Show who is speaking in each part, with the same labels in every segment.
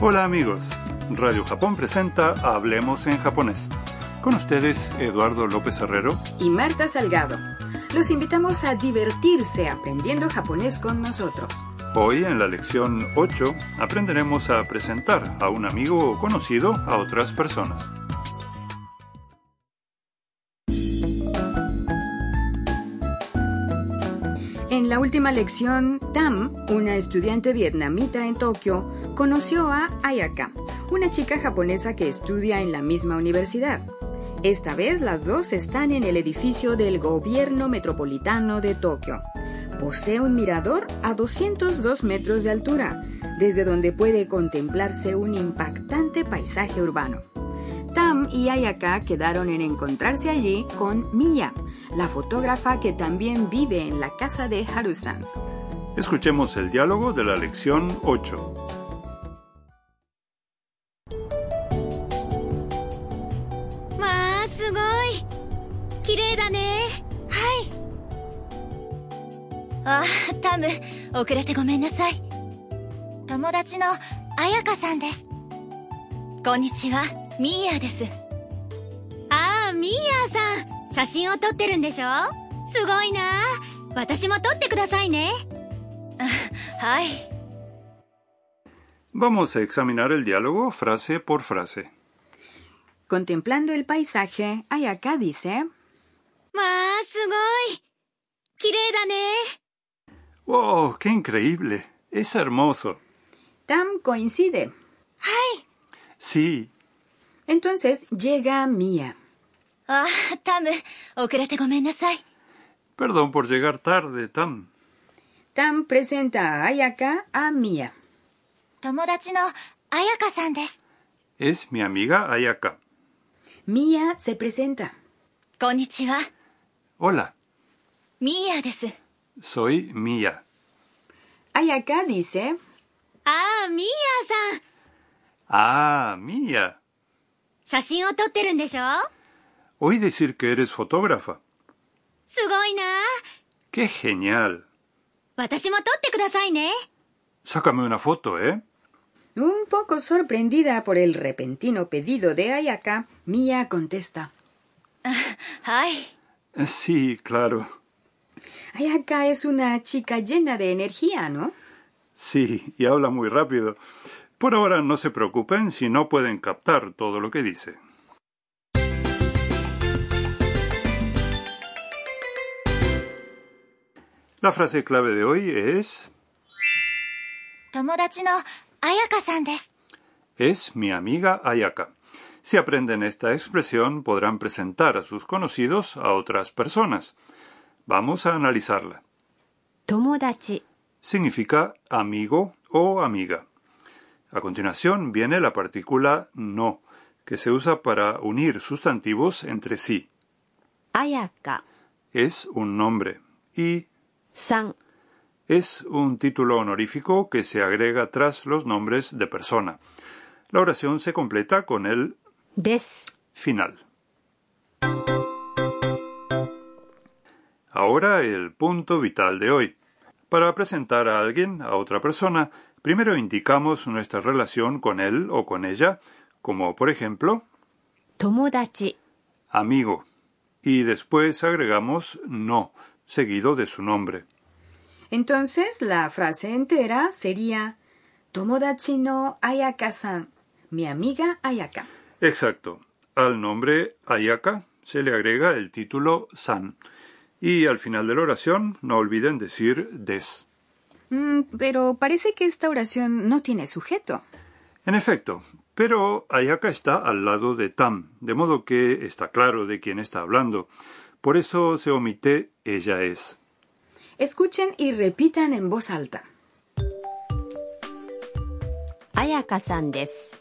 Speaker 1: Hola amigos, Radio Japón presenta Hablemos en japonés. Con ustedes Eduardo López Herrero
Speaker 2: y Marta Salgado. Los invitamos a divertirse aprendiendo japonés con nosotros.
Speaker 1: Hoy en la lección 8 aprenderemos a presentar a un amigo o conocido a otras personas.
Speaker 2: En la última lección, Tam, una estudiante vietnamita en Tokio, conoció a Ayaka, una chica japonesa que estudia en la misma universidad. Esta vez las dos están en el edificio del gobierno metropolitano de Tokio. Posee un mirador a 202 metros de altura, desde donde puede contemplarse un impactante paisaje urbano. Tam y Ayaka quedaron en encontrarse allí con Miya, la fotógrafa que también vive en la casa de Harusan.
Speaker 1: Escuchemos el diálogo de la lección 8.
Speaker 3: わあすごい綺麗だねはいあタム遅れてごめんなさい友達の彩香さんですこんにちはミーヤですああミーヤさん写真を撮ってるんでしょすごいな私も撮ってくださいねはい
Speaker 1: Vamos a examinar el diálogo frase por frase.
Speaker 2: Contemplando el paisaje, Ayaka dice,
Speaker 3: わあすごい綺麗だね
Speaker 1: ¡Wow! ¡Qué increíble! ¡Es hermoso!
Speaker 2: Tam coincide.
Speaker 3: はい
Speaker 1: Sí,
Speaker 2: Entonces llega Mia.
Speaker 3: ああタム遅れてごめんなさい
Speaker 1: perdón por llegar tarde, Tam.
Speaker 2: Tam presenta a Ayaka a Mia.
Speaker 3: 友達の彩香さんです
Speaker 1: Es mi amiga Ayaka.
Speaker 2: Mia se presenta.
Speaker 3: こんにちは
Speaker 1: Hola,
Speaker 3: ミーヤです
Speaker 1: soy Mia.
Speaker 2: Ayaka dice,
Speaker 3: ああミーヤさ
Speaker 1: Ah,
Speaker 3: ん
Speaker 1: Mia.
Speaker 3: 写真を撮ってるんでしょ
Speaker 1: Oí decir que eres fotógrafa.
Speaker 3: すごいな
Speaker 1: ¡Qué genial!
Speaker 3: 私も撮ってくださいね
Speaker 1: Sácame una foto, ¿eh?
Speaker 2: un poco sorprendida por el repentino pedido de Ayaka, Mia contesta.
Speaker 3: はい
Speaker 1: Sí, claro.
Speaker 2: Ayaka es una chica llena de energía, ¿no?
Speaker 1: Sí, y habla muy rápido. Por ahora no se preocupen si no pueden captar todo lo que dice. La frase clave de hoy es
Speaker 3: 友達の彩香さんです
Speaker 1: es mi amiga Ayaka. Si aprenden esta expresión podrán presentar a sus conocidos a otras personas. Vamos a analizarla.
Speaker 3: 友達
Speaker 1: significa amigo o amiga. A continuación viene la partícula no, que se usa para unir sustantivos entre sí.
Speaker 3: 彩香
Speaker 1: Es un nombre y
Speaker 3: さん
Speaker 1: es un título honorífico que se agrega tras los nombres de persona. La oración se completa con el
Speaker 3: です
Speaker 1: final. Ahora el punto vital de hoy. Para presentar a alguien, a otra persona, primero indicamos nuestra relación con él o con ella, como por ejemplo,
Speaker 3: 友達
Speaker 1: amigo, y después agregamos no, seguido de su nombre.
Speaker 2: Entonces, la frase entera sería Tomodachi no Ayaka-san, mi amiga Ayaka.
Speaker 1: Exacto. Al nombre Ayaka se le agrega el título san. Y al final de la oración no olviden decir des.
Speaker 2: Mm, pero parece que esta oración no tiene sujeto.
Speaker 1: En efecto, pero Ayaka está al lado de Tam, de modo que está claro de quién está hablando. Por eso se omite ella es.
Speaker 2: Escuchen y repitan en voz alta.
Speaker 4: 彩香さんです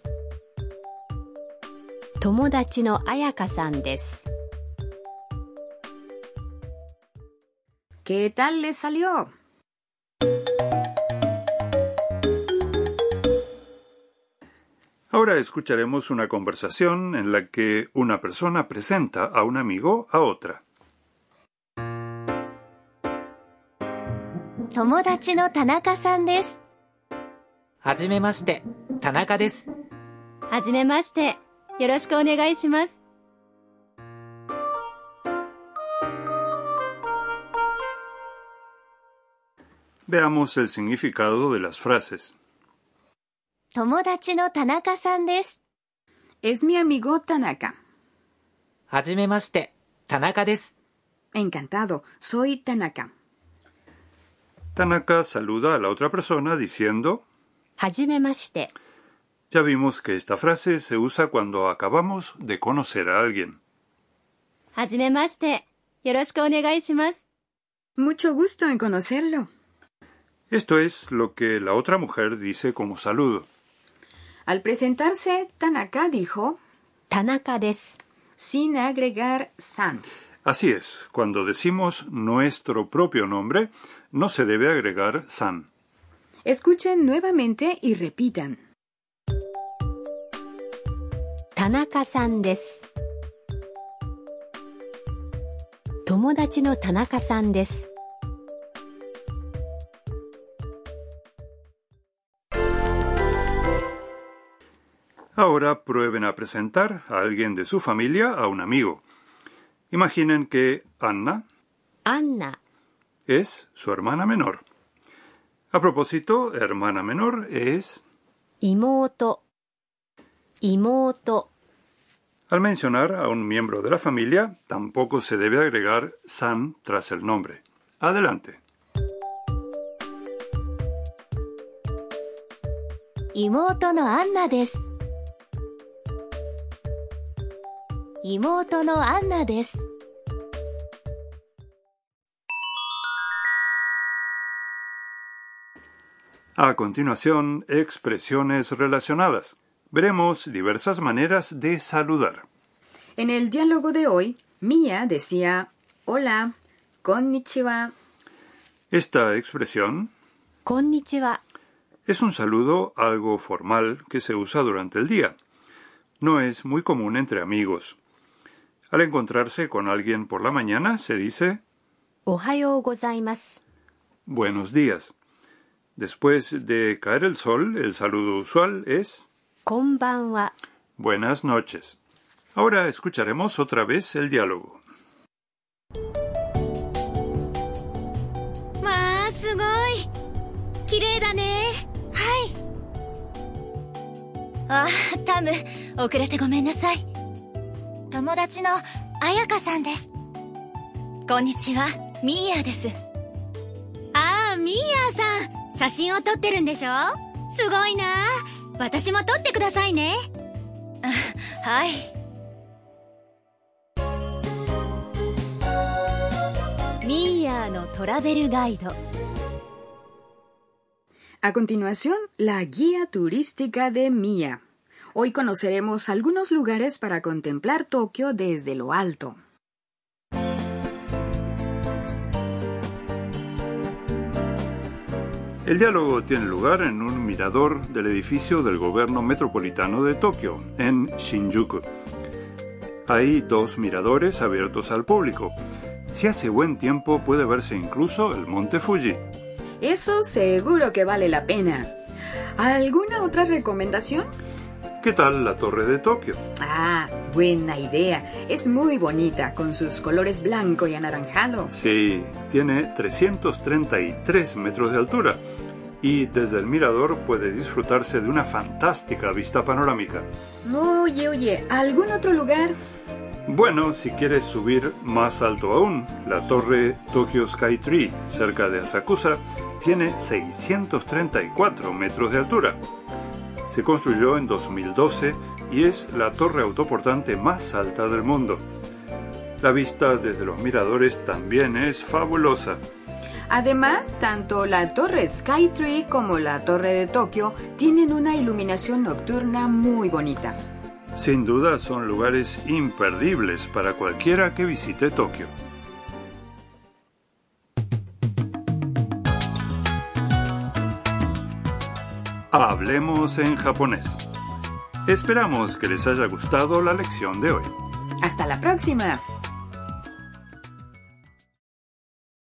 Speaker 4: 友達の彩香さんです
Speaker 2: ¿Qué tal les salió?
Speaker 1: Ahora escucharemos una conversación en la que una persona presenta a un amigo a otra.
Speaker 3: 友達の田中さんです
Speaker 5: はじめまして。田中です。
Speaker 3: はじめまして。よろしくお願いします。
Speaker 1: Veamos el significado de las frases.
Speaker 3: 友達の田中さんです。
Speaker 2: Es mi amigo Tanaka.
Speaker 5: はじめまして、田中です。
Speaker 2: Encantado, soy Tanaka.
Speaker 1: Tanaka saluda a la otra persona diciendo
Speaker 4: はじめまして。
Speaker 1: Ya vimos que esta frase se usa cuando acabamos de conocer a alguien.
Speaker 3: はじめまして。よろしくお願いします。
Speaker 2: Mucho gusto en conocerlo.
Speaker 1: Esto es lo que la otra mujer dice como saludo.
Speaker 2: Al presentarse, Tanaka dijo,
Speaker 4: 田中です。
Speaker 2: sin agregar san.
Speaker 1: Así es, cuando decimos nuestro propio nombre, no se debe agregar san.
Speaker 2: Escuchen nuevamente y repitan.
Speaker 4: 田中さんです。友達の田中さんです。
Speaker 1: Ahora prueben a presentar a alguien de su familia a un amigo. Imaginen que Anna
Speaker 4: アンナ、
Speaker 1: es su hermana menor. A propósito, hermana menor es,
Speaker 4: 妹、妹、
Speaker 1: al mencionar a un miembro de la familia, tampoco se debe agregar san tras el nombre. Adelante.
Speaker 3: 妹のアンナです。妹のアンナです。
Speaker 1: A continuación, expresiones relacionadas. Veremos diversas maneras de saludar.
Speaker 2: En el diálogo de hoy, Mia decía, hola, konnichiwa.
Speaker 1: Esta expresión
Speaker 4: こんにちは。
Speaker 1: Es un saludo algo formal que se usa durante el día. No es muy común entre amigos. Al encontrarse con alguien por la mañana se dice
Speaker 4: おはようございます。
Speaker 1: buenos días. Después de caer el sol, el saludo usual es
Speaker 4: こんばんは。
Speaker 1: buenas noches. Ahora escucharemos otra vez el diálogo.
Speaker 3: まあ、すごい。綺麗だね。はい。あ、タム、遅れてごめんなさい。友達の彩香さんです。こんにちは、ミーヤです。ああ、ミーヤさん。写真を撮ってるんでしょすごいな。私も撮ってくださいね。はい。ミーヤのトラベルガイド。
Speaker 2: A continuación, la guía turística de Mia. Hoy conoceremos algunos lugares para contemplar Tokio desde lo alto.
Speaker 1: El diálogo tiene lugar en un mirador del edificio del gobierno metropolitano de Tokio, en Shinjuku. Hay dos miradores abiertos al público. Si hace buen tiempo puede verse incluso el monte Fuji.
Speaker 2: Eso seguro que vale la pena. ¿Alguna otra recomendación?
Speaker 1: ¿Qué tal la torre de Tokio?
Speaker 2: Ah, buena idea. Es muy bonita, con sus colores blanco y anaranjado.
Speaker 1: Sí, tiene 333 metros de altura y desde el mirador puede disfrutarse de una fantástica vista panorámica.
Speaker 2: Oye, oye, ¿algún otro lugar?
Speaker 1: Bueno, si quieres subir más alto aún, la torre Tokyo Sky Tree, cerca de Asakusa, tiene 634 metros de altura. Se construyó en 2012 y es la torre autoportante más alta del mundo. La vista desde los miradores también es fabulosa.
Speaker 2: Además, tanto la torre Skytree como la torre de Tokio tienen una iluminación nocturna muy bonita.
Speaker 1: Sin duda son lugares imperdibles para cualquiera que visite Tokio. Hablemos en japonés. Esperamos que les haya gustado la lección de hoy.
Speaker 2: Hasta la próxima.